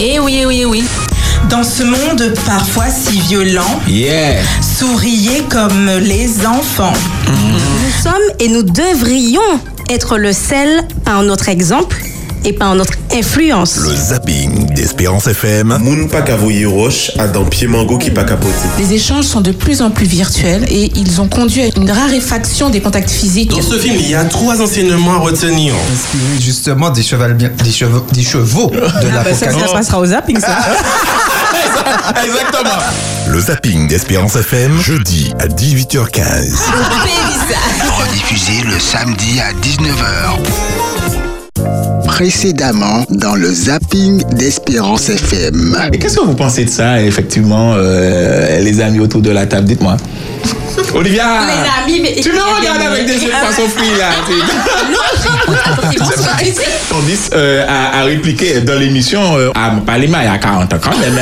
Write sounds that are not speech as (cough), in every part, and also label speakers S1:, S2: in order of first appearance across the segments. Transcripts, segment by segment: S1: Eh oui, eh oui, eh oui.
S2: Dans ce monde parfois si violent,
S3: Yeah.
S2: souriez comme les enfants.
S1: Nous sommes et nous devrions être le sel par notre exemple et par notre influence.
S4: Le zapping d'Espérance FM.
S5: Moun pa kavoye roche a dan piye mango ki pa kapote.
S6: Les échanges sont de plus en plus virtuels et ils ont conduit à une raréfaction des contacts physiques.
S7: Dans ce film, il y a trois enseignements à retenir.
S3: Inspiré justement des chevaux, des chevaux, des chevaux
S8: Ah,
S3: de
S8: bah,
S3: la Pocahontas.
S2: passera au zapping, ça.
S7: Exactement.
S4: Le zapping d'Espérance FM. Jeudi à 18h15.
S9: rediffusé le samedi à 19h. Précédemment dans le zapping d'Espérance FM.
S8: Et qu'est-ce que vous pensez de ça, effectivement, euh, les amis autour de la table Dites-moi. Olivia Ah,
S1: amis, mais.
S8: Tu me regardes avec des yeux de poisson frit, là tu- (laughs) Tandis euh, à, à répliquer dans l'émission, euh, ah, pas les mailles à 40 ans quand même.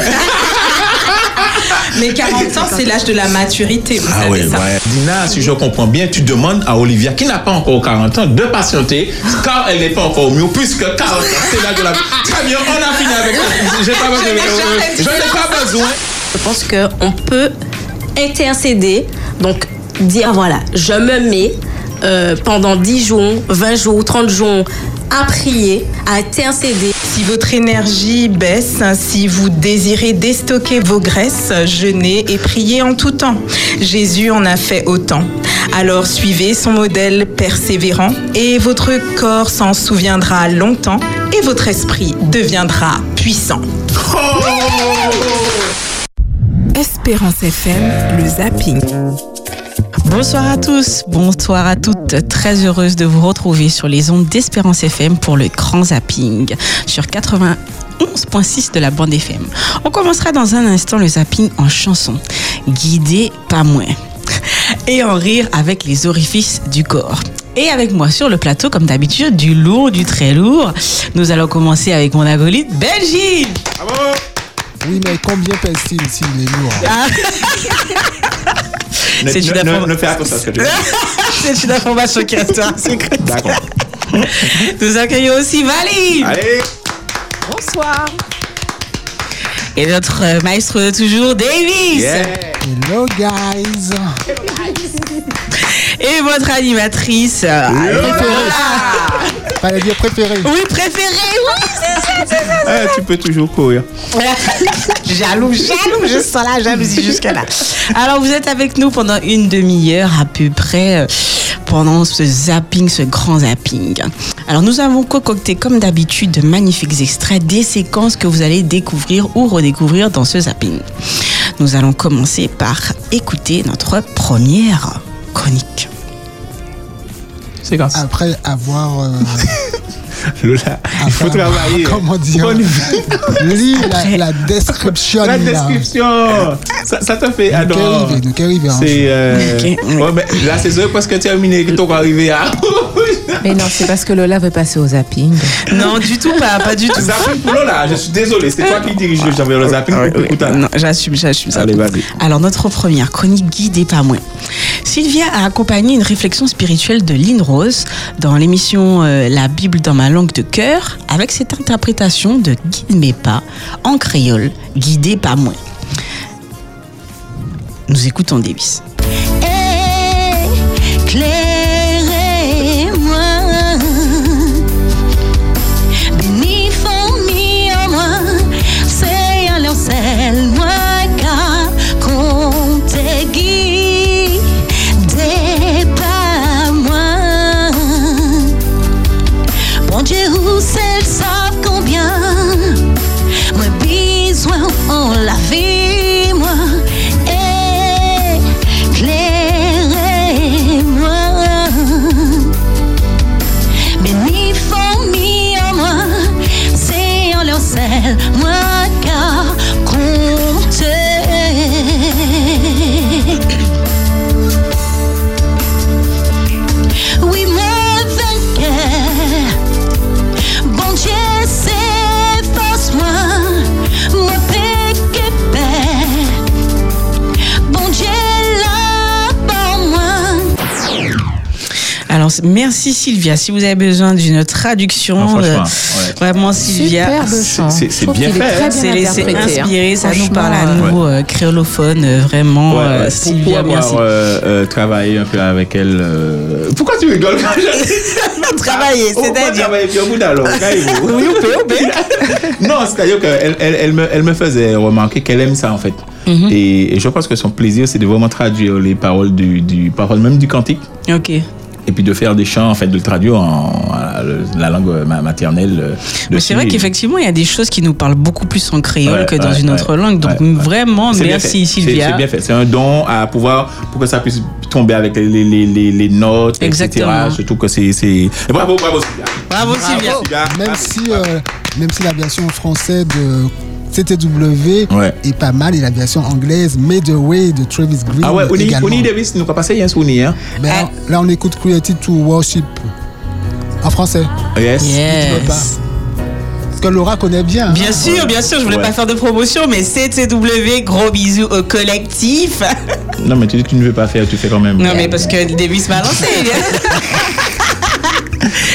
S2: Mais 40 ans, c'est l'âge de la maturité. Vous
S3: Ah
S8: Ah
S2: savez ça.
S8: Dina, si je comprends bien, tu demandes à Olivia, qui n'a pas encore 40 ans, de patienter car elle n'est pas encore au mieux, puisque 40 ans, c'est l'âge de la. Très bien, on a fini avec ça. J'ai pas besoin. Je n'ai pas besoin.
S1: Je pense qu'on peut intercéder, donc dire voilà, je me mets euh, pendant 10 jours, 20 jours, 30 jours à prier, à intercéder.
S2: Si votre énergie baisse, si vous désirez déstocker vos graisses, jeûnez et priez en tout temps. Jésus en a fait autant. Alors suivez son modèle persévérant et votre corps s'en souviendra longtemps et votre esprit deviendra puissant.
S10: Espérance FM, le zapping.
S11: Bonsoir à tous, bonsoir à toutes. Très heureuse de vous retrouver sur les ondes d'Espérance FM pour le grand zapping sur 91.6 de la bande FM. On commencera dans un instant le zapping en chanson, guidé pas moins, et en rire avec les orifices du corps. Et avec moi sur le plateau, comme d'habitude, du lourd, du très lourd. Nous allons commencer avec mon acolyte, Belgique.
S12: Oui, mais combien pèse-t-il s'il est lourd
S8: Ah. Ne,
S11: C'est une
S8: ne, ne,
S11: affaire-
S8: ne fais attention à ce que tu dis.
S11: C'est une information qui reste un secret.
S8: D'accord.
S11: Nous accueillons aussi Valine.
S8: Allez.
S11: Bonsoir. Et notre euh, maestro de toujours, Davis.
S12: Hello, guys
S11: Et votre animatrice. euh,
S12: Fallait dire préféré.
S11: oui, préférée, oui.
S8: Ah, tu peux toujours courir.
S11: jaloux, jaloux, je sens la jalousie jusque-là. Alors, vous êtes avec nous pendant une demi-heure à peu près, euh, pendant ce zapping, ce grand zapping. Alors, nous avons concocté, comme d'habitude, de magnifiques extraits des séquences que vous allez découvrir ou redécouvrir dans ce zapping. Nous allons commencer par écouter notre première chronique.
S8: Séquence.
S12: Après avoir euh, (laughs)
S8: Lola, il faut
S12: Après,
S8: travailler.
S12: Ah, bah, comment dire
S8: On y va.
S12: lu la, la description,
S8: La
S12: là.
S8: description. Ça, ça te fait.
S12: Donc,
S8: Alors,
S12: arrivé, donc, arrivé, hein.
S8: c'est. Euh...
S11: Ok.
S8: ouais, ben, la saison est presque terminée. Que t'auras arrivé à. (laughs)
S6: Mais non, c'est parce que Lola veut passer au zapping.
S11: Non, du tout pas, pas du tout.
S8: Zapping pour Lola, je suis désolé. C'est toi qui dirige le Javier le Zapping.
S11: Ah oui, oui.
S8: Écoute,
S11: Non, j'assume, j'assume ça.
S8: Allez, vas-y.
S11: Alors, notre première chronique guidée pas moins. Sylvia a accompagné une réflexion spirituelle de Lynn Rose dans l'émission euh, La Bible dans ma langue de cœur avec cette interprétation de Guide mes pas en créole, guidée pas moins. Nous écoutons Davis.
S10: Éclairez-moi, béni famille en moi, c'est à leur seul moi qu'à compter guider par moi. Bon Dieu, où seuls savent combien moi besoin en la vie, moi éclairez-moi. Béni famille en moi, c'est en leur sel, moi car compter. Oui, moi vainqueur. Bon Dieu, c'est force moi, moi péché père. Bon Dieu, là pour moi.
S11: Alors, Alors, merci Sylvia. Si vous avez besoin d'une traduction,
S8: Non, franchement,
S11: euh,
S8: ouais.
S11: vraiment Sylvia,
S8: Superbe chant. C'est- c'est Je trouve bien qu'il est fait, très hein. bien
S11: C'est laissé
S8: interprété, hein.
S11: inspirer, ça nous
S8: Franchement,
S11: parle à
S8: euh,
S11: nous, euh, créolophones, euh, vraiment.
S8: Ouais, ouais.
S11: euh,
S8: Pourquoi
S11: Sylvia,
S8: avoir,
S11: merci.
S8: euh, euh, travaillé un peu avec elle. euh, Pourquoi tu rigoles quand je
S11: Travailler,
S8: c'est-à-dire Ah, travailler bien au bout d'un long, caillou. (laughs) Non, c'est-à-dire qu'elle elle, elle me, elle me faisait remarquer qu'elle aime ça en fait.
S11: Mhm.
S8: et, et je pense que son plaisir, c'est de vraiment traduire les paroles du, du paroles même du cantique
S11: Ok.
S8: et puis de faire des chants en fait de le traduire en à le- la langue euh, ma- maternelle euh,
S11: Mais c'est
S8: dessus.
S11: vrai qu'effectivement, il y a des choses qui nous parlent beaucoup plus en créole
S8: Ouais,
S11: que dans
S8: ouais,
S11: une
S8: ouais,
S11: autre langue. Donc,
S8: ouais, ouais.
S11: vraiment,
S8: C'est bien
S11: merci
S8: fait.
S11: Sylvia.
S8: C'est c'est bien fait. C'est un don à pouvoir pour que ça puisse tomber avec les, les, les, les- les notes,
S11: Exactement.
S8: etc. Surtout que c'est c'est et bravo bravo Sylvia.
S11: Bravo,
S8: Sylvia. Ah,
S12: Même si, euh, même si l'aviation française de CTW est pas mal et l'aviation anglaise Made Away de Travis Green
S8: Ah ouais, Ouni,
S12: également.
S8: Ouni Davis nous a passé hier Ouni hein.
S12: Mais
S11: Ah.
S12: là, là, on écoute Creative to Worship en français.
S8: Yes.
S12: Tu peux pas. Parce que Laura connaît bien. hein.
S11: Bien sûr, bien sûr, je voulais
S8: Ouais.
S11: pas faire de promotion, mais CTW, gros bisous au collectif.
S8: Non mais tu dis que tu ne veux pas faire, tu fais quand même.
S11: Non, mais parce que Davis m'a lancé.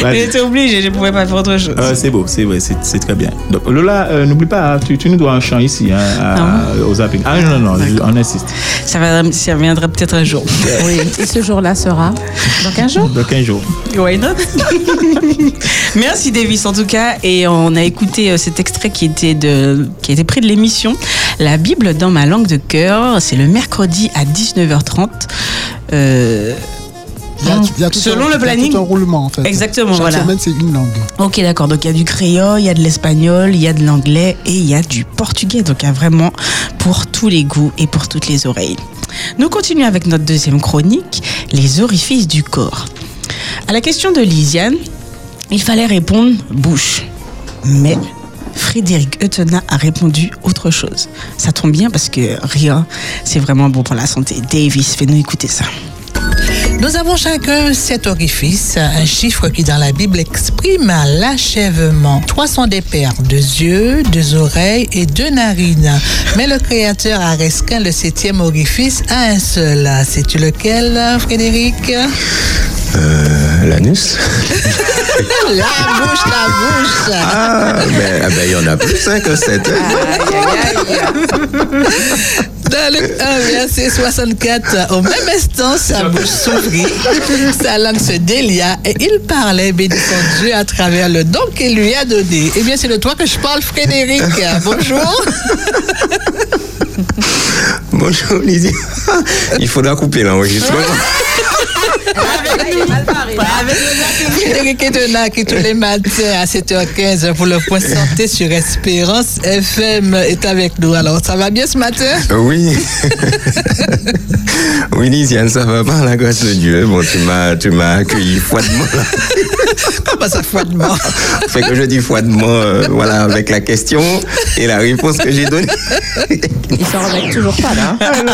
S8: Vas-y.
S11: J'étais obligée, je pouvais pas faire autre chose.
S8: Euh, c'est beau, c'est vrai, c'est c'est très bien. Donc Lola, euh, n'oublie pas, hein, tu, tu nous dois un chant ici hein, à- au zapping. Ah non non non, je- on insiste.
S11: Ça, va, ça viendra peut-être un jour.
S6: Oui, et ce jour-là sera dans 15 jours.
S8: Dans 15 jours.
S11: Why not (laughs) Merci Davis en tout cas et on a écouté euh, cet extrait qui était de qui était pris de l'émission La Bible dans ma langue de cœur. C'est le mercredi à 19h30. Euh,
S12: Il y a- il y a tout
S11: selon le
S12: un- il y a
S11: planning.
S12: tout un roulement en fait.
S11: Exactement,
S12: Chaque
S11: voilà.
S12: semaine, c'est une langue.
S11: Ok, d'accord. Donc il y a du créole, il y a de l'espagnol, il y a de l'anglais et il y a du portugais. Donc il y a vraiment pour tous les goûts et pour toutes les oreilles. Nous continuons avec notre deuxième chronique, les orifices du corps. À la question de Lisiane, il fallait répondre bouche. Mais Frédéric Eutena a répondu autre chose. Ça tombe bien parce que rien, c'est vraiment bon pour la santé. Davis, fais-nous écouter ça.
S13: Nous avons chacun sept orifices, un chiffre qui dans la Bible exprime l'achèvement. Trois sont des paires, deux yeux, deux oreilles et deux narines. Mais le Créateur a restreint le septième orifice à un seul. Sais-tu lequel, Frédéric
S14: Euh, L'anus
S13: (laughs) La bouche, la bouche
S14: Ah, ben ah ben, il y en a plus hein, que 7.
S13: Dans le 1, verset 64, au même instant, sa bouche s'ouvrit, sa langue se délia et il parlait, bénissant Dieu à travers le don qu'il lui a donné. Eh bien, c'est de toi que je parle, Frédéric.
S3: (laughs)
S13: Bonjour.
S14: Bonjour Lydie. Il faudra couper l'enregistrement.
S13: Frédéric Edena qui tous les matins à 7h15 pour le point santé sur Espérance FM est avec nous. Alors, ça va bien ce matin?
S14: Oui. Oui, Lisiane, ça va par la grâce de Dieu. Bon, tu m'as, tu m'as accueilli froidement. là.
S13: Comment ça, froidement?
S14: Fait que je dis froidement, euh, voilà, avec la question et la réponse que j'ai donnée.
S8: Ils s'en remettent toujours pas là. Ah non,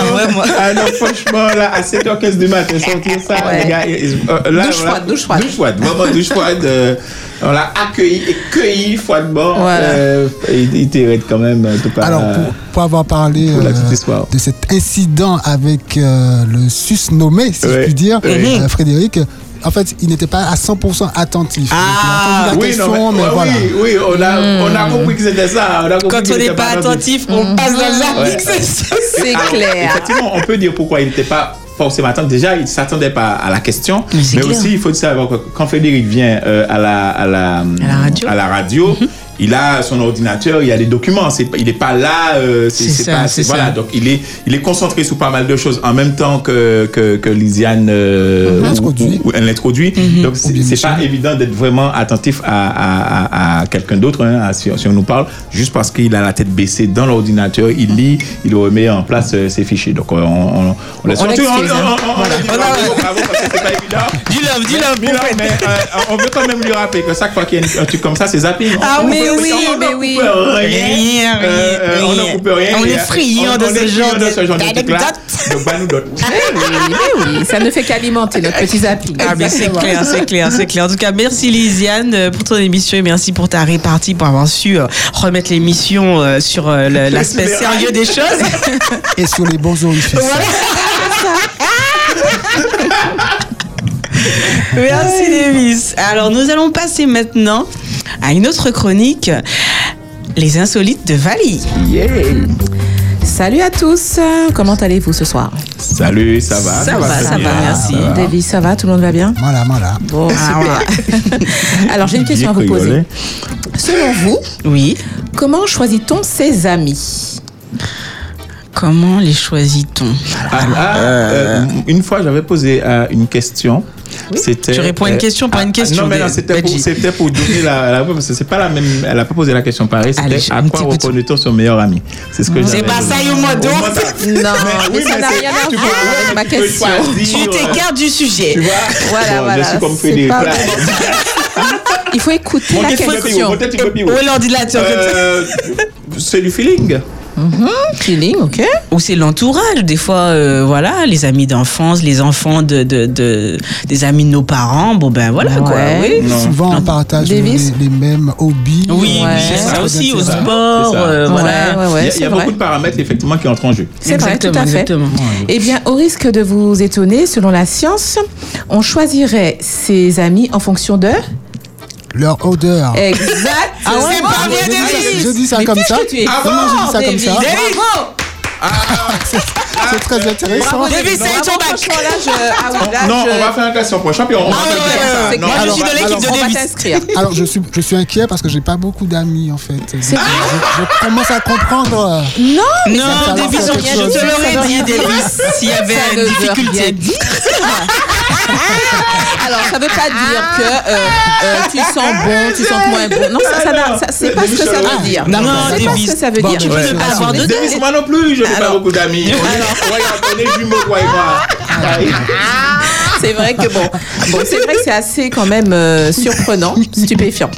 S8: ah non, franchement, là, à 7h15 du matin, sortir ça, les gars. ils- euh, là,
S6: Douche
S8: on l'a-
S6: froide, douche froide.
S8: Douche froide, vraiment douche froide. euh, on l'a accueilli et cueilli froidement.
S12: Voilà.
S8: euh, il, il t'érête quand même, en tout cas.
S12: Alors,
S8: euh,
S12: pour, pour avoir parlé
S8: pour la
S12: euh,
S8: petite histoire.
S12: de cet incident avec euh, le susnommé, si je
S8: Ouais.
S12: puis dire,
S8: Ouais.
S12: euh, Frédéric, en fait, il n'était pas à 100% attentif.
S8: Ah,
S12: Donc, il a entendu la
S8: oui, non,
S12: question,
S8: mais-
S12: mais
S8: ouais,
S12: voilà.
S8: oui, oui, on a, on a compris que c'était ça. a compris
S12: Quand
S8: qu'il
S12: on
S8: était
S12: n'est pas
S8: attentif,
S11: on
S8: passe
S11: dans la
S8: Mm. Ouais.
S11: ligue, c'est ça.
S8: Et alors, Ah, Effectivement, on peut dire pourquoi il n'était pas forcément attendu. Déjà, il ne s'attendait pas à la question. Mais,
S11: c'est clair.
S8: aussi, il faut savoir que quand Frédéric vient euh, à, la, à, la,
S11: radio.
S8: à la radio, il a son ordinateur, il y a des documents. C'est pas- il n'est pas là. euh, c'est
S11: C'est
S8: c'est
S11: ça,
S8: pas-
S11: c'est
S8: Voilà,
S11: ça.
S8: donc il est, il est concentré sur pas mal de choses en même temps que, que, que Lisiane
S11: Mhm.
S8: euh, ou- ou- ou elle l'introduit. Donc, c'est c'est pas évident d'être vraiment attentif à, à- à- à quelqu'un d'autre, hein, à- si, si on nous parle, juste parce qu'il a la tête baissée dans l'ordinateur, il lit, il remet en place euh, ses fichiers. Donc, euh, on, on, on laisse
S7: On
S8: sortir,
S7: l'excuse,
S8: on- on-
S7: hein.
S8: on- on-
S7: Voilà.
S8: on- bravo, bravo, parce que c'est pas évident.
S11: (laughs) Dis-le,
S8: dis-le, mais, mais, euh, on veut quand même lui rappeler que chaque fois qu'il y a une- un truc comme ça, c'est zapping.
S11: Ah,
S8: On- on-
S11: mais
S8: on-
S11: oui,
S8: on- on-
S11: mais
S8: on-
S11: oui.
S8: on-
S11: Rien,
S8: Rien, euh, euh,
S11: rien,
S8: on n'en
S11: rien.
S8: coupe rien.
S11: On est
S8: Et, euh,
S11: friand
S8: on-
S11: de
S8: on
S11: ce
S8: est
S11: genre
S8: friand de ce genre de
S11: d'anecdotes.
S8: truc-là. Donc, bah,
S11: (laughs)
S8: nous d'autres.
S6: oui, ça ne fait qu'alimenter notre petit zapping.
S11: Ah mais c'est clair, c'est clair, c'est clair. En tout cas, merci Lisiane euh, pour ton émission et merci pour ta répartie, pour avoir su euh, remettre l'émission euh, sur euh, le- l'aspect sérieux des choses.
S6: (laughs)
S12: Et sur les bons orifices.
S11: Merci Davis. Alors nous allons passer maintenant à une autre chronique, les insolites de Vali.
S6: Salut à tous, comment allez-vous ce soir
S8: Salut, ça va
S6: Ça va, ça va,
S8: très bien,
S6: merci.
S8: ça va.
S6: David, ça va Tout le monde va bien
S12: Voilà, voilà.
S6: Bon, ah, voilà. Alors, j'ai une question à vous poser.
S12: rigolait.
S6: Selon vous,
S11: oui.
S6: comment choisit-on ses amis
S11: Comment les choisit-on
S8: Ah, ah, euh, une fois, j'avais posé euh, une question. C'était,
S11: Tu réponds à une question, pas
S8: ah,
S11: une question,
S8: Non, mais non,
S11: Dave.
S8: c'était pour,
S11: Benji.
S8: c'était pour donner la, la réponse, parce que c'est pas la même. Elle n'a pas posé la question pareil. C'était à quoi reconnaît-on son meilleur ami C'est ce que
S11: C'est
S8: j'avais
S11: pas ça,
S8: donné.
S11: au moins
S8: Au moins,
S11: d'autres.
S8: ça-
S6: (laughs) Non,
S8: Mais oui,
S6: Ah, ça
S8: mais
S6: n'a
S8: c'est-
S6: rien à
S8: tu
S6: voir
S8: peux-
S6: avec ma
S8: tu peux
S6: question.
S8: choisir,
S11: Tu t'écartes du sujet.
S8: Tu vois
S6: Voilà,
S8: Bon,
S6: voilà,
S8: Je suis comme
S6: c'est
S8: Frédéric.
S6: pas
S8: là.
S6: Il faut écouter
S8: Montez
S6: la
S8: sur le bio,
S6: question.
S8: montez sur le bio.
S6: Oui, l'ordinateur.
S8: Euh, C'est du feeling.
S6: Feeling, ok.
S11: Ou c'est l'entourage. Des fois, euh, voilà, les amis d'enfance, les enfants de, de, de- des amis de nos parents. Bon, ben
S6: Ah
S11: voilà, quoi.
S12: Ouais.
S11: oui.
S12: Souvent, on partage les, les mêmes hobbies.
S11: Oui,
S12: euh,
S11: c'est ça
S12: etc.
S11: aussi, au
S8: C'est ça,
S11: sport,
S8: c'est ça.
S11: euh,
S6: voilà. ouais, ouais,
S8: Il y a- il y a,
S6: c'est vrai.
S8: beaucoup de paramètres effectivement qui entrent en jeu.
S6: C'est vrai, tout à fait.
S11: Exactement.
S6: Eh bien, au risque de vous étonner, selon la science, on choisirait ses amis en fonction de.
S12: Leur odeur.
S6: Exact.
S12: Ah ouais,
S6: C'est
S12: bah,
S6: pas
S12: je
S6: bien,
S12: dis ça-
S6: Eh. Davis.
S12: je dis ça
S6: Mais
S12: comme
S6: qu'est-ce
S12: ça.
S6: que tu es
S12: Ah bon,
S6: fort,
S12: je dis ça comme
S6: Davis.
S12: ça.
S6: Davis. Bravo.
S12: C'est très intéressant.
S6: Bravo, Davis, ça y est, ton bac. Franchement, là, je- ah oui, là,
S8: non,
S6: je- Ah
S8: on va faire un classement prochain, puis on va faire ça.
S6: c'est clair.
S8: Non, on
S6: Moi, je
S8: va-
S6: suis de l'équipe
S8: alors,
S6: de
S8: on va
S6: Davis.
S8: faire-
S6: t'inscrire.
S12: Alors je suis, je suis inquiet parce que j'ai pas beaucoup d'amis en fait. Je,
S6: C'est-
S12: je commence à comprendre. euh,
S6: Non, mais
S12: Non,
S6: ça veut
S12: Davis,
S6: rien
S12: on-
S6: dire,
S12: je te
S6: ça veut
S12: l'aurais
S6: rien
S12: dit,
S6: dire.
S12: Davis, s'il y avait
S6: Ça
S12: une
S6: ne veut
S12: difficulté.
S6: rien dire. (laughs) Alors, ça veut pas dire que euh, euh, tu sens bon, tu sens moins bon. Non, ça, ça, n'a- ça- c'est pas ce que ça veut dire.
S8: Non,
S6: c'est pas ce que ça veut dire.
S8: Ouais. Davis, moi non plus, je n'ai pas beaucoup d'amis. On est- Regarde, on est jumeaux, toi et moi.
S6: C'est vrai que bon, bon, c'est vrai que c'est assez quand même euh, surprenant, stupéfiant.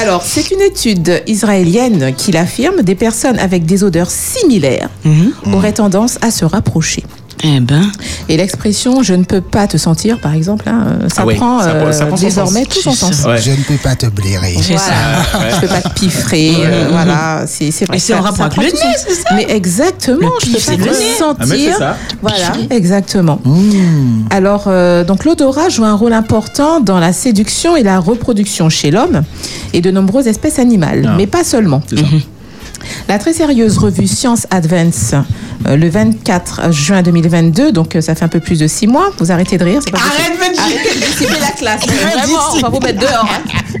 S6: Alors, c'est une étude israélienne qui l'affirme, des personnes avec des odeurs similaires
S12: Mhm.
S6: auraient tendance à se rapprocher.
S11: Eh ben.
S6: Et l'expression je ne peux pas te sentir, par exemple, hein, euh, ça,
S12: Ah oui,
S6: prend,
S12: ça
S6: euh,
S12: prend- ça prend son
S6: désormais
S12: sens.
S6: tout son sens.
S12: Ah. Je ne peux pas te blairer.
S6: Voilà. Je peux pas te piffrer,
S12: Ouais.
S6: euh, voilà, c'est c'est vrai.
S12: Et
S6: que
S12: c'est
S6: ça-
S12: en rapport
S6: ça
S12: avec
S6: prend
S12: le
S6: tout
S12: nez,
S6: son- Mais exactement,
S12: Le
S6: je peux
S12: pif, c'est
S6: pas te
S12: le nez. Ah, mais c'est
S6: sentir.
S12: ça. Mmh.
S6: Voilà, exactement. Alors, euh, donc l'odorat joue un rôle important dans la séduction et la reproduction chez l'homme et de nombreuses espèces animales,
S12: Ah.
S6: mais pas seulement. Mhm. La très sérieuse revue Science Advance, euh, le 24 juin 2022, donc euh, ça fait un peu plus de six mois. Vous arrêtez de rire, c'est pas Arrête, Dissiper la classe. Vraiment, on va vous mettre dehors. hein.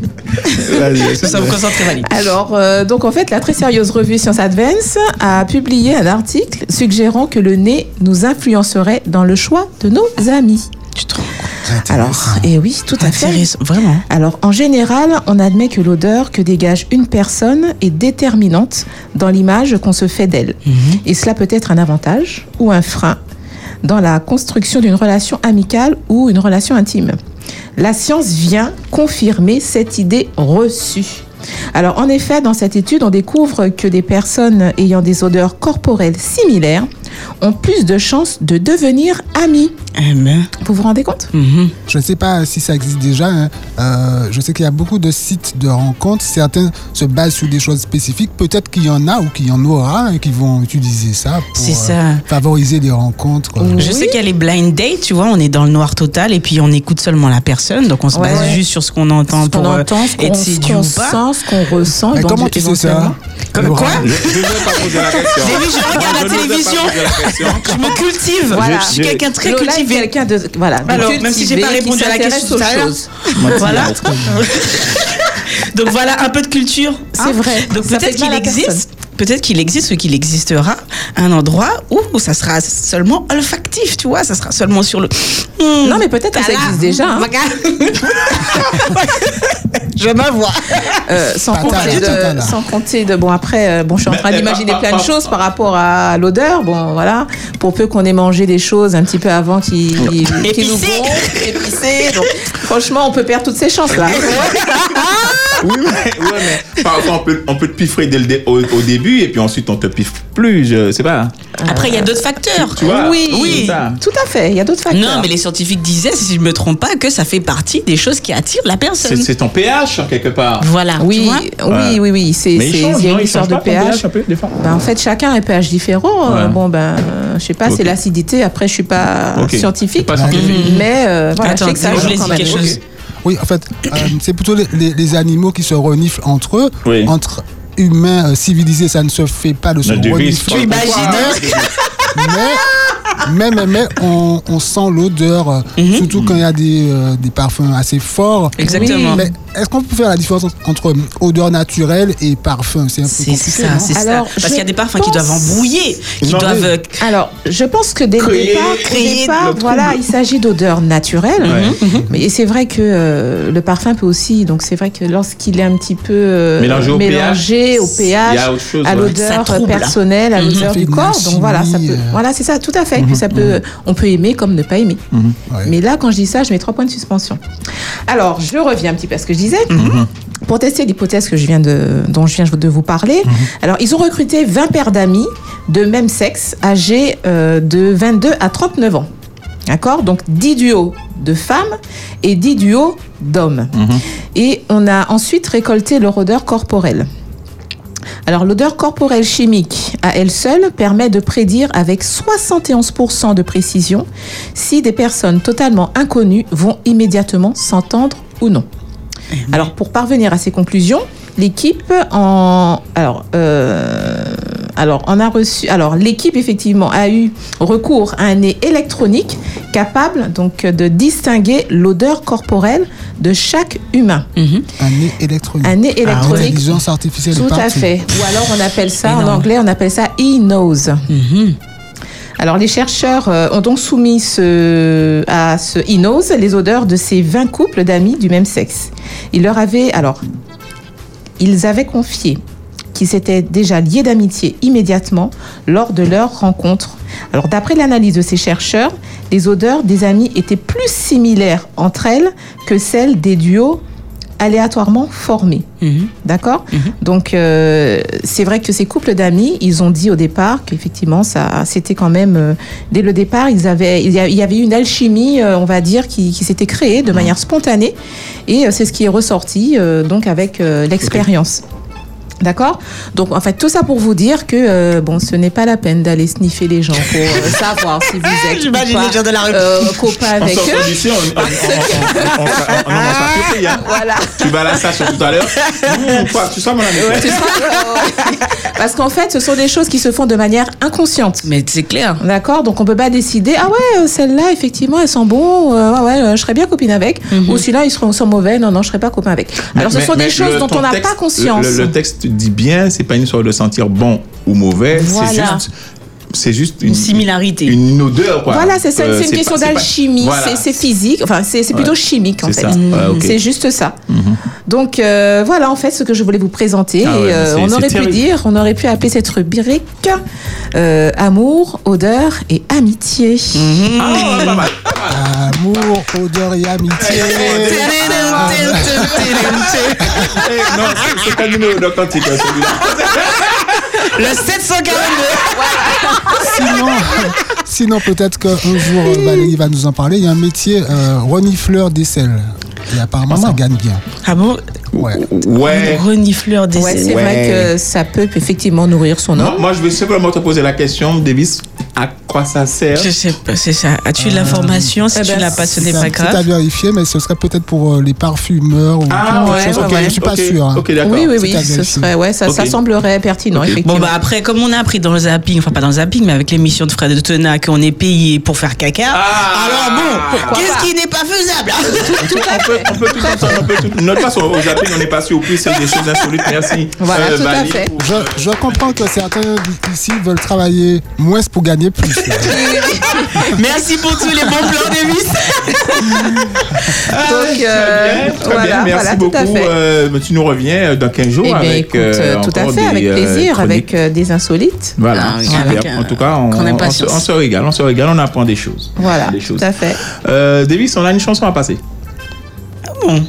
S11: Ça vous concentre, Valérie.
S6: Alors, euh, donc en fait, la très sérieuse revue Science Advance a publié un article suggérant que le nez nous influencerait dans le choix de nos amis. Tu te rends compte Alors, et oui, tout à fait.
S11: Vraiment.
S6: Alors, en général, on admet que l'odeur que dégage une personne est déterminante dans l'image qu'on se fait d'elle. Et cela peut être un avantage ou un frein dans la construction d'une relation amicale ou une relation intime. La science vient confirmer cette idée reçue. Alors en effet, dans cette étude, on découvre que des personnes ayant des odeurs corporelles similaires ont plus de chances de devenir amies.
S11: Ah,
S6: Vous vous rendez compte
S12: Je ne sais pas si ça existe déjà. hein. Euh, je sais qu'il y a beaucoup de sites de rencontres. Certains se basent sur des choses spécifiques. Peut-être qu'il y en a ou qu'il y en aura hein, qui vont utiliser ça pour euh,
S11: C'est ça.
S12: favoriser des rencontres. quoi.
S11: Je sais qu'elle est blind date, tu vois, on est dans le noir total et puis on écoute seulement la personne, donc on se base
S6: Ouais.
S11: juste sur ce qu'on entend
S6: Ce qu'on
S11: pour euh,
S6: entend, ce qu'on
S11: être séduit ou
S6: ce qu'on
S11: pas.
S6: sent, ce qu'on ressent.
S11: Mais
S6: éventu-
S11: comment tu sais ça
S6: éventuellement.
S11: Comme quoi
S8: Je ne vais pas poser la question.
S11: J'ai vu, je regarde la
S8: ne vais pas
S11: télévision.
S8: poser la question.
S11: Je me cultive.
S6: Voilà.
S11: Je suis quelqu'un de très
S6: Lola est
S11: cultivé.
S6: quelqu'un de voilà. de
S11: Alors, même si j'ai pas
S6: cultivé, qui
S11: répondu à la
S6: s'intéresse
S11: question
S6: aux
S11: tout à l'heure.
S6: choses.
S11: Voilà. (laughs) Donc voilà, un peu de culture. hein.
S6: C'est vrai.
S11: Donc
S6: Ça fait
S11: peut-être
S6: de mal
S11: qu'il
S6: à personne.
S11: existe, peut-être qu'il existe ou qu'il existera un endroit où ça sera seulement olfactif, tu vois, ça sera seulement sur le. Hmm, Hum.
S6: Non, mais peut-être que ça existe déjà, hein.
S11: Je m'avoue.
S6: Euh, sans,
S11: Pas tard,
S6: compter
S11: pas
S6: de,
S11: tard.
S6: sans compter de bon après euh, bon je suis en
S11: Mais-
S6: train
S11: mais
S6: d'imaginer
S11: pas-
S6: plein
S11: pas-
S6: de
S11: pas-
S6: choses par rapport à l'odeur bon voilà pour peu qu'on ait mangé des choses un petit peu avant qui qui qui nous gonflent, épicées donc franchement on peut perdre toutes ces chances là
S8: Oui, mais, ouais, mais parfois on peut, on peut te piffrer dès le dé- au, au début et puis ensuite on te piffe plus, je sais pas. hein.
S11: Après, il y a d'autres facteurs.
S8: tu vois,
S11: oui,
S8: c'est ça.
S6: tout à fait. Il y a d'autres facteurs.
S11: Non, mais les scientifiques disaient, si je ne me trompe pas, que ça fait partie des choses qui attirent la
S8: C'est,
S11: personne.
S8: c'est ton pH, hein, quelque part.
S11: Voilà.
S6: Oui,
S8: Ouais.
S6: oui, oui, oui, c'est
S8: Mais il
S6: c'est-
S8: change,
S6: il y a
S8: non,
S6: une
S8: il
S6: histoire de
S8: change pas ton
S6: pH.
S8: pH un peu, des fois
S6: Ben, en fait, chacun a un pH différent. Euh,
S8: Ouais.
S6: Bon ben, euh, je sais pas,
S8: Ok.
S6: c'est l'acidité. Après, je suis pas
S8: Ok.
S6: scientifique,
S8: C'est pas scientifique.
S6: mais euh, voilà, je sais que ça joue quand même.
S12: Oui, en fait, euh, c'est plutôt les, les- les animaux qui se reniflent entre eux,
S8: Oui.
S12: entre humains euh, civilisés, ça ne se fait pas de se
S8: La devise,
S12: renifler.
S8: Tu imagines.
S12: Mais, mais, mais, mais on, on sent l'odeur, euh,
S6: Mhm.
S12: surtout quand il y a des, euh, des parfums assez forts.
S11: Exactement.
S12: Mais est-ce qu'on peut faire la différence entre odeur naturelle et parfum C'est un peu
S11: C'est
S12: compliqué.
S11: ça,
S12: non
S11: c'est ça. Parce qu'il y a des parfums qui doivent embrouiller, qui
S12: Non,
S11: doivent.
S12: mais-
S11: euh,
S6: Alors, je pense que dès le
S11: Créer-
S6: départ, au
S11: créer
S6: départ,
S11: le trouble.
S6: voilà, il s'agit d'odeurs naturelles.
S8: Ouais.
S6: (laughs) Mais c'est vrai que euh, le parfum peut aussi. Donc, c'est vrai que lorsqu'il est un petit peu euh,
S8: Mélangé au
S6: mélangé
S8: pH,
S6: au pH,
S8: il y a autre chose,
S6: à
S8: ouais.
S6: l'odeur
S8: Ça trouble.
S6: personnelle, à
S8: Mhm.
S6: l'odeur
S8: Fait
S6: du
S8: de
S6: corps,
S8: la
S6: donc voilà, ça peut.
S8: chimie, euh. Mhm.
S6: Voilà, c'est ça, tout à fait. que ça peut, on peut aimer comme ne pas aimer. Mais là, quand je dis ça, je mets trois points de suspension. Alors, je reviens un petit peu à ce que je disais.
S8: Mhm.
S6: Pour tester l'hypothèse que je viens de, dont je viens de vous parler,
S8: Mhm.
S6: alors ils ont recruté 20 paires d'amis de même sexe âgés euh, de 22 à 39 ans. D'accord Donc 10 duos de femmes et 10 duos d'hommes.
S8: Mhm.
S6: Et on a ensuite récolté leur odeur corporelle. Alors l'odeur corporelle chimique à elle seule permet de prédire avec 71% de précision si des personnes totalement inconnues vont immédiatement s'entendre ou non.
S12: Eh
S6: Alors pour parvenir à ces conclusions, l'équipe en alors euh, alors on a reçu alors l'équipe effectivement a eu recours à un nez électronique capable donc de distinguer l'odeur corporelle de chaque humain.
S12: Un nez électronique.
S6: Un nez
S12: Hmm. Ah ouais,
S6: électronique.
S12: L'intelligence artificielle est
S6: Tout à
S12: partout.
S6: fait. Ou alors on appelle ça, en anglais, on appelle ça e-nose. Alors les chercheurs euh, ont donc soumis ce- à ce e-nose les odeurs de ces 20 couples d'amis du même sexe. Ils leur avaient, alors, ils avaient confié qu'ils s'étaient déjà liés d'amitié immédiatement lors de leur rencontre. Alors d'après l'analyse de ces chercheurs, les odeurs des amis étaient plus similaires entre elles que celles des duos aléatoirement formés. D'accord
S11: Mhm.
S6: Donc, euh, c'est vrai que ces couples d'amis, ils ont dit au départ qu'effectivement, ça, c'était quand même. euh, dès le départ, ils avaient, il y a- il y avait une alchimie, euh, on va dire, qui, qui s'était créée
S11: Mhm.
S6: de manière spontanée. Et euh, c'est ce qui est ressorti, euh, donc, avec euh, l'expérience. D'accord Donc, en fait, tout ça pour vous dire que, euh, bon, ce n'est pas la peine d'aller sniffer les gens pour euh, savoir
S11: (laughs)
S6: si vous êtes ou
S11: J'imagine
S6: pas,
S11: les gens de la rue.
S6: euh, copains
S8: En
S6: avec
S8: sortant
S6: eux.
S8: d'ici, on, on, on, on, on, on, on- on- on sera pioté, hein. Tu vas à la station tout à l'heure. Mmh, quoi, tu seras mon ami.
S6: Tu seras- (laughs) Parce qu'en fait, ce sont des choses qui se font de manière inconsciente.
S11: Mais c'est clair.
S6: D'accord Donc on peut pas décider, ah ouais, euh, celle-là, effectivement, elle sent bon, euh, ah ouais, euh, je serais bien copine avec. Ou celui-là, ils seront, sont mauvais, non, non, je serais pas copain avec. Alors ce
S8: Mhm. Mais-
S6: sont
S8: mais
S6: des choses
S8: le-
S6: dont
S8: ton
S6: on n'a
S8: texte-
S6: pas conscience.
S8: Le, le- le texte dit bien, c'est pas une histoire de sentir bon ou mauvais, c'est
S6: Voilà.
S8: juste. C'est juste une,
S11: similarité.
S8: Une odeur, quoi.
S6: Voilà, c'est ça,
S8: Euh,
S6: c'est une
S8: pas-
S6: question
S8: c'est pas-
S6: d'alchimie,
S8: voilà.
S6: c'est- c'est physique, enfin c'est c'est plutôt
S8: Ouais.
S6: chimique en
S8: C'est
S6: fait.
S8: ça. Ouais, ok. Mm-hmm.
S6: C'est juste ça. Donc euh, voilà en fait ce que je voulais vous présenter.
S8: Ah ouais,
S6: Et, euh,
S8: mais c'est-
S6: on
S8: c'est
S6: aurait pu
S8: terrible.
S6: dire, on aurait pu appeler cette rubrique euh, amour, odeur et amitié.
S8: Ah, ouais, pas mal.
S12: Amour, odeur et amitié.
S8: Eh, non, c'est- c'est pas le numéro de quantique, hein, celui-là.
S11: Le 742
S12: Sinon, sinon peut-être qu'un jour euh, Valérie va nous en parler. Il y a un métier euh, renifleur d'aisselle. Et apparemment, ça gagne bien.
S11: Ah bon
S12: Ouais.
S8: Ouais.
S11: Renifleur des
S6: Ouais, c'est
S8: Ouais.
S6: vrai que ça peut effectivement nourrir son
S8: Non,
S6: homme.
S8: moi, je vais simplement te poser la question, Davis, à quoi ça sert
S11: Je sais pas, c'est ça. As-tu de l'information Si
S6: Eh
S11: tu
S6: ben,
S11: l'as pas, ce n'est
S12: C'est un
S11: pas
S12: petit à
S11: grave.
S12: vérifier, mais ce serait peut-être pour euh, les parfumeurs ou
S8: Ah,
S12: quelque
S8: ouais,
S12: chose.
S8: ouais,
S12: Ok,
S8: ouais.
S12: Je suis pas
S8: Ok,
S12: sûr. hein.
S8: ok, d'accord.
S6: Oui, oui, oui,
S12: C'est à
S6: ce
S12: vérifier.
S6: serait, ouais, ça, ça
S8: Ok.
S6: semblerait pertinent,
S8: Ok.
S6: effectivement.
S11: Bon, bah après, comme on a appris dans le zapping, enfin pas dans le zapping, mais avec l'émission de Fred de Tena qu'on est payé pour faire caca,
S8: Ah
S11: alors bon,
S6: Pourquoi
S11: qu'est-ce
S6: pas
S11: qui n'est pas faisable hein
S8: on peut, on peut tout entendre, on peut tout. Notre façon au Japon, on est passé au plus, c'est des choses insolites. Merci. Euh,
S6: Voilà, tout à fait.
S8: pour-
S12: Je, je comprends que certains ici veulent travailler moins pour gagner plus.
S8: (laughs)
S11: Merci pour tous les bons plans, Davis.
S8: Ah,
S6: Donc,
S8: très bien,
S6: euh,
S8: très bien,
S6: voilà,
S8: merci
S6: voilà, tout à
S8: beaucoup.
S6: fait.
S8: Euh, mais tu nous reviens euh, dans 15 jours
S6: Eh bien,
S8: avec.
S6: écoute,
S8: euh,
S6: tout à
S8: encore
S6: fait,
S8: des,
S6: avec
S8: euh,
S6: plaisir, avec
S8: chroniques.
S6: euh, des insolites.
S8: Voilà,
S11: Ah oui,
S8: super.
S11: avec, euh,
S8: en tout cas, on,
S11: qu'on ait
S8: on se,
S11: patience.
S8: on se régale, on se régale, on apprend des choses.
S6: Voilà,
S8: des
S6: tout
S8: choses.
S6: à fait.
S8: Euh, Davis, on a une chanson à passer.
S11: Bon.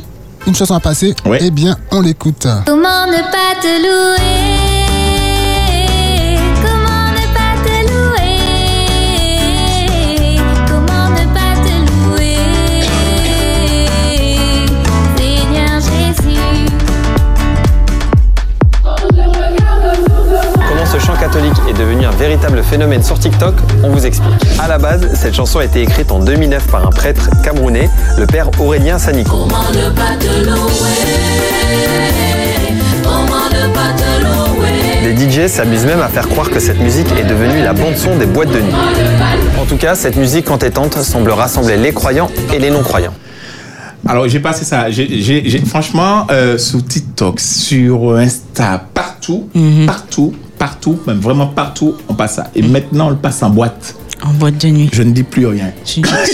S12: une chanson à passer, eh bien, on l'écoute.
S10: Comment ne pas te louer Comment ne pas te louer Comment ne pas te louer Seigneur Jésus
S15: Comment ce chant catholique est devenu un véritable phénomène sur TikTok, on vous explique. À la base, cette chanson a été écrite en 2009 par un prêtre camerounais, le père Aurélien Sanico.
S10: Comment ne pas te louer Comment ne pas te louer
S15: Les DJ s'amusent même à faire croire que cette musique est devenue la bande-son des boîtes de nuit. En tout cas, cette musique entêtante semble rassembler les croyants et les non-croyants.
S8: Alors, j'ai passé ça. J'ai- j'ai- j'ai- franchement, euh, sur TikTok, sur euh, Insta, partout,
S11: Mhm.
S8: partout, partout, même vraiment partout, on passe ça. Et maintenant, on le passe en boîte.
S11: En boîte de nuit.
S8: Je ne dis plus rien. (laughs)
S11: Sans
S8: Non, mais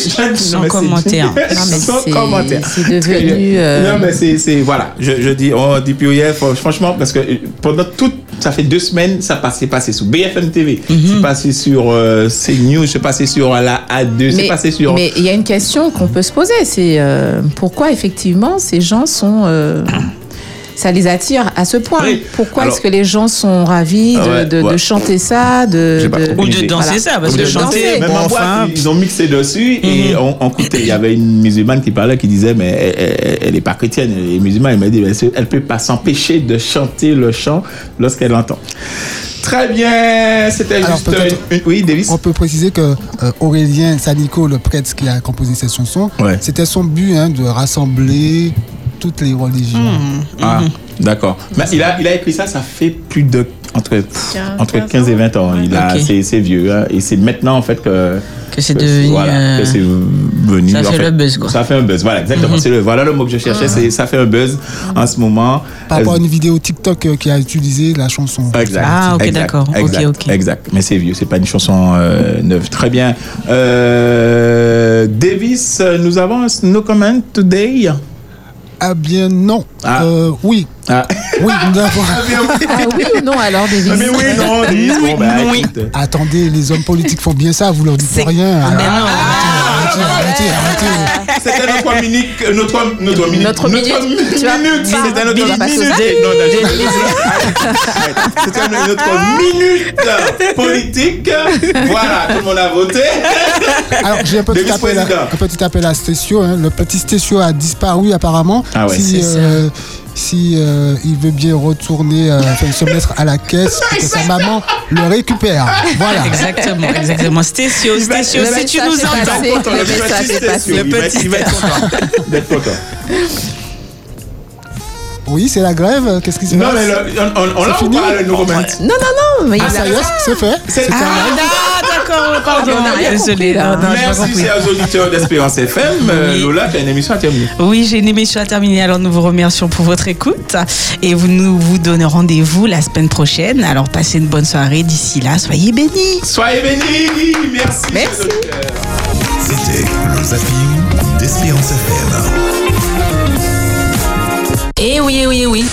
S8: c'est-
S11: commentaire. hein. Non, mais
S8: Sans
S11: c'est- c'est
S8: commentaire. Parce que
S11: devenu,
S8: je-
S11: euh,
S8: Non, mais c'est. c'est- Voilà. Je, je dis, on dit plus rien. Faut- Franchement, parce que euh, pendant toute. Ça fait deux semaines, ça passe- c'est passé sur BFM TV,
S11: Mhm.
S8: c'est passé sur euh, CNews, c'est passé sur euh, la A2, c'est
S6: Mais-
S8: passé sur.
S6: Mais il y a une question qu'on peut se poser, c'est euh, pourquoi effectivement ces gens sont... euh, ça les attire à ce point. Pourquoi
S8: Alors-
S6: est-ce que les gens sont ravis de,
S8: Ah ouais,
S6: de- de
S8: ouais.
S6: chanter ça
S11: euh,
S6: de, de- Voilà. Ou de danser.
S8: Même en boîte, ils ont mixé dessus et
S12: Mhm.
S8: on, on écoutait. Il y avait une musulmane qui parlait, qui disait, mais elle- elle- elle n'est pas chrétienne. Elle est musulmane. Elle m'a dit, mais c'est- elle ne peut pas s'empêcher de chanter le chant lorsqu'elle l'entend. Très bien, c'était
S12: Alors,
S8: juste
S12: peut-être-
S8: une- une- Oui, Davis
S12: On peut préciser que euh, Aurélien Sanico, le prêtre qui a composé cette chanson,
S8: Ouais.
S12: c'était son but hein, de rassembler toutes les religions.
S8: Ah,
S11: Mhm.
S8: d'accord. Mais il a, il a écrit ça, ça fait plus de. Entre, pff, entre 15 et 20 ans. Il a,
S11: Ok.
S8: c'est, c'est vieux. hein. Et c'est maintenant, en fait, que.
S11: Que c'est devenu,
S8: Voilà,
S11: euh,
S8: que c'est venu.
S11: ça
S8: en
S11: fait le buzz, quoi. Mhm. Ah.
S8: Ça fait un buzz. Voilà, exactement. C'est le, voilà le mot que je cherchais. C'est, ça fait un buzz en ce moment.
S12: Par rapport à une vidéo TikTok euh, qui a utilisé la chanson.
S8: Exact.
S11: Ah,
S8: Exact. Exact. Exact. Mais c'est vieux, c'est pas une chanson euh, neuve. Très bien. Euh, Davis, euh, nous avons un no comment today.
S12: Ah bien non.
S8: Ah.
S12: Euh, oui.
S8: (laughs)
S12: Oui, nous avons-
S6: Ah oui ou non alors, Davis
S12: Ah, mais oui, non, Davis,
S8: bon, bah, Oui.
S12: Attendez, les hommes politiques font bien ça, vous leur dites pas rien. Ah, Arrêtez, arrêtez, arrêtez.
S8: C'était notre minute. Notre, notre minute.
S12: Notre minute. Tu vois, bah,
S8: C'était notre
S12: Billy
S8: minute.
S12: Bassoza.
S8: Non, non, j'ai- Arrête. C'était notre minute politique. Voilà, tout le monde a voté.
S12: Alors, j'ai un petit
S8: Davis
S12: appel, à,
S8: président.
S12: un petit appel à Stécio. hein. Le petit Stécio a disparu apparemment.
S8: Ah ouais.
S12: si
S8: C'est ça.
S12: euh, si, euh, il veut bien retourner, euh, enfin, se mettre à la caisse pour que sa maman le récupère.
S11: (laughs)
S12: Voilà.
S11: Exactement, exactement. (laughs) Stécio, Stécio,
S6: le
S11: si tu
S6: message
S11: nous
S6: est
S11: entends.
S6: passé, le message est passé.
S11: Le petit
S8: D'être content.
S12: Oui, c'est la grève. Qu'est-ce qui se
S8: Non,
S12: passe
S8: mais le- on- on- on
S12: C'est
S8: l'a ou
S12: fini
S8: pas, le nouveau maître
S6: Non, non, non, mais
S12: Ah,
S6: il a-
S12: ça y est, c'est fait. C'est terminé.
S11: Ah, d'accord, pardon.
S8: Ah, bien
S11: Désolée.
S8: compris,
S11: non,
S8: là.
S11: non, j'ai pas
S8: Merci,
S11: compris.
S8: chers auditeurs d'Espérance FM. Euh, Lola, tu as une émission à terminer.
S11: Oui, j'ai une émission à terminer, alors nous vous remercions pour votre écoute et vous nous vous donnons rendez-vous la semaine prochaine. Alors passez une bonne soirée, d'ici là, soyez bénis.
S8: Soyez bénis, merci.
S11: Merci.
S4: C'était le zapping d'Espérance FM.
S11: Et oui, et oui, et oui.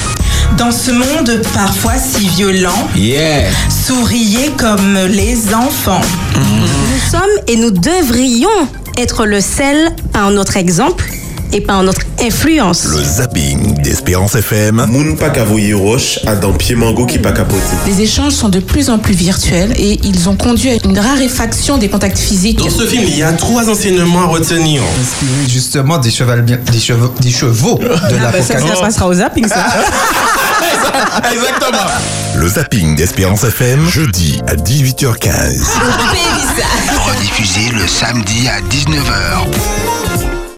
S2: Dans ce monde parfois si violent,
S8: Yeah.
S2: souriez comme les enfants.
S1: Nous sommes et nous devrions être le sel par notre exemple et par notre influence.
S4: Le zapping d'Espérance FM.
S5: Moun pas cavoyer roche à dans pied mango qui pas capoté.
S6: Les échanges sont de plus en plus virtuels et ils ont conduit à une raréfaction des contacts physiques.
S7: Dans ce film, il y a trois enseignements à retenir.
S3: Inspiré justement des chevaux, des chevaux, des chevaux de la
S13: Ah, Bah,
S11: passera au zapping, ça.
S7: Exactement.
S4: Le zapping d'Espérance FM, jeudi à 18h15.
S9: Rediffusé le samedi à 19h.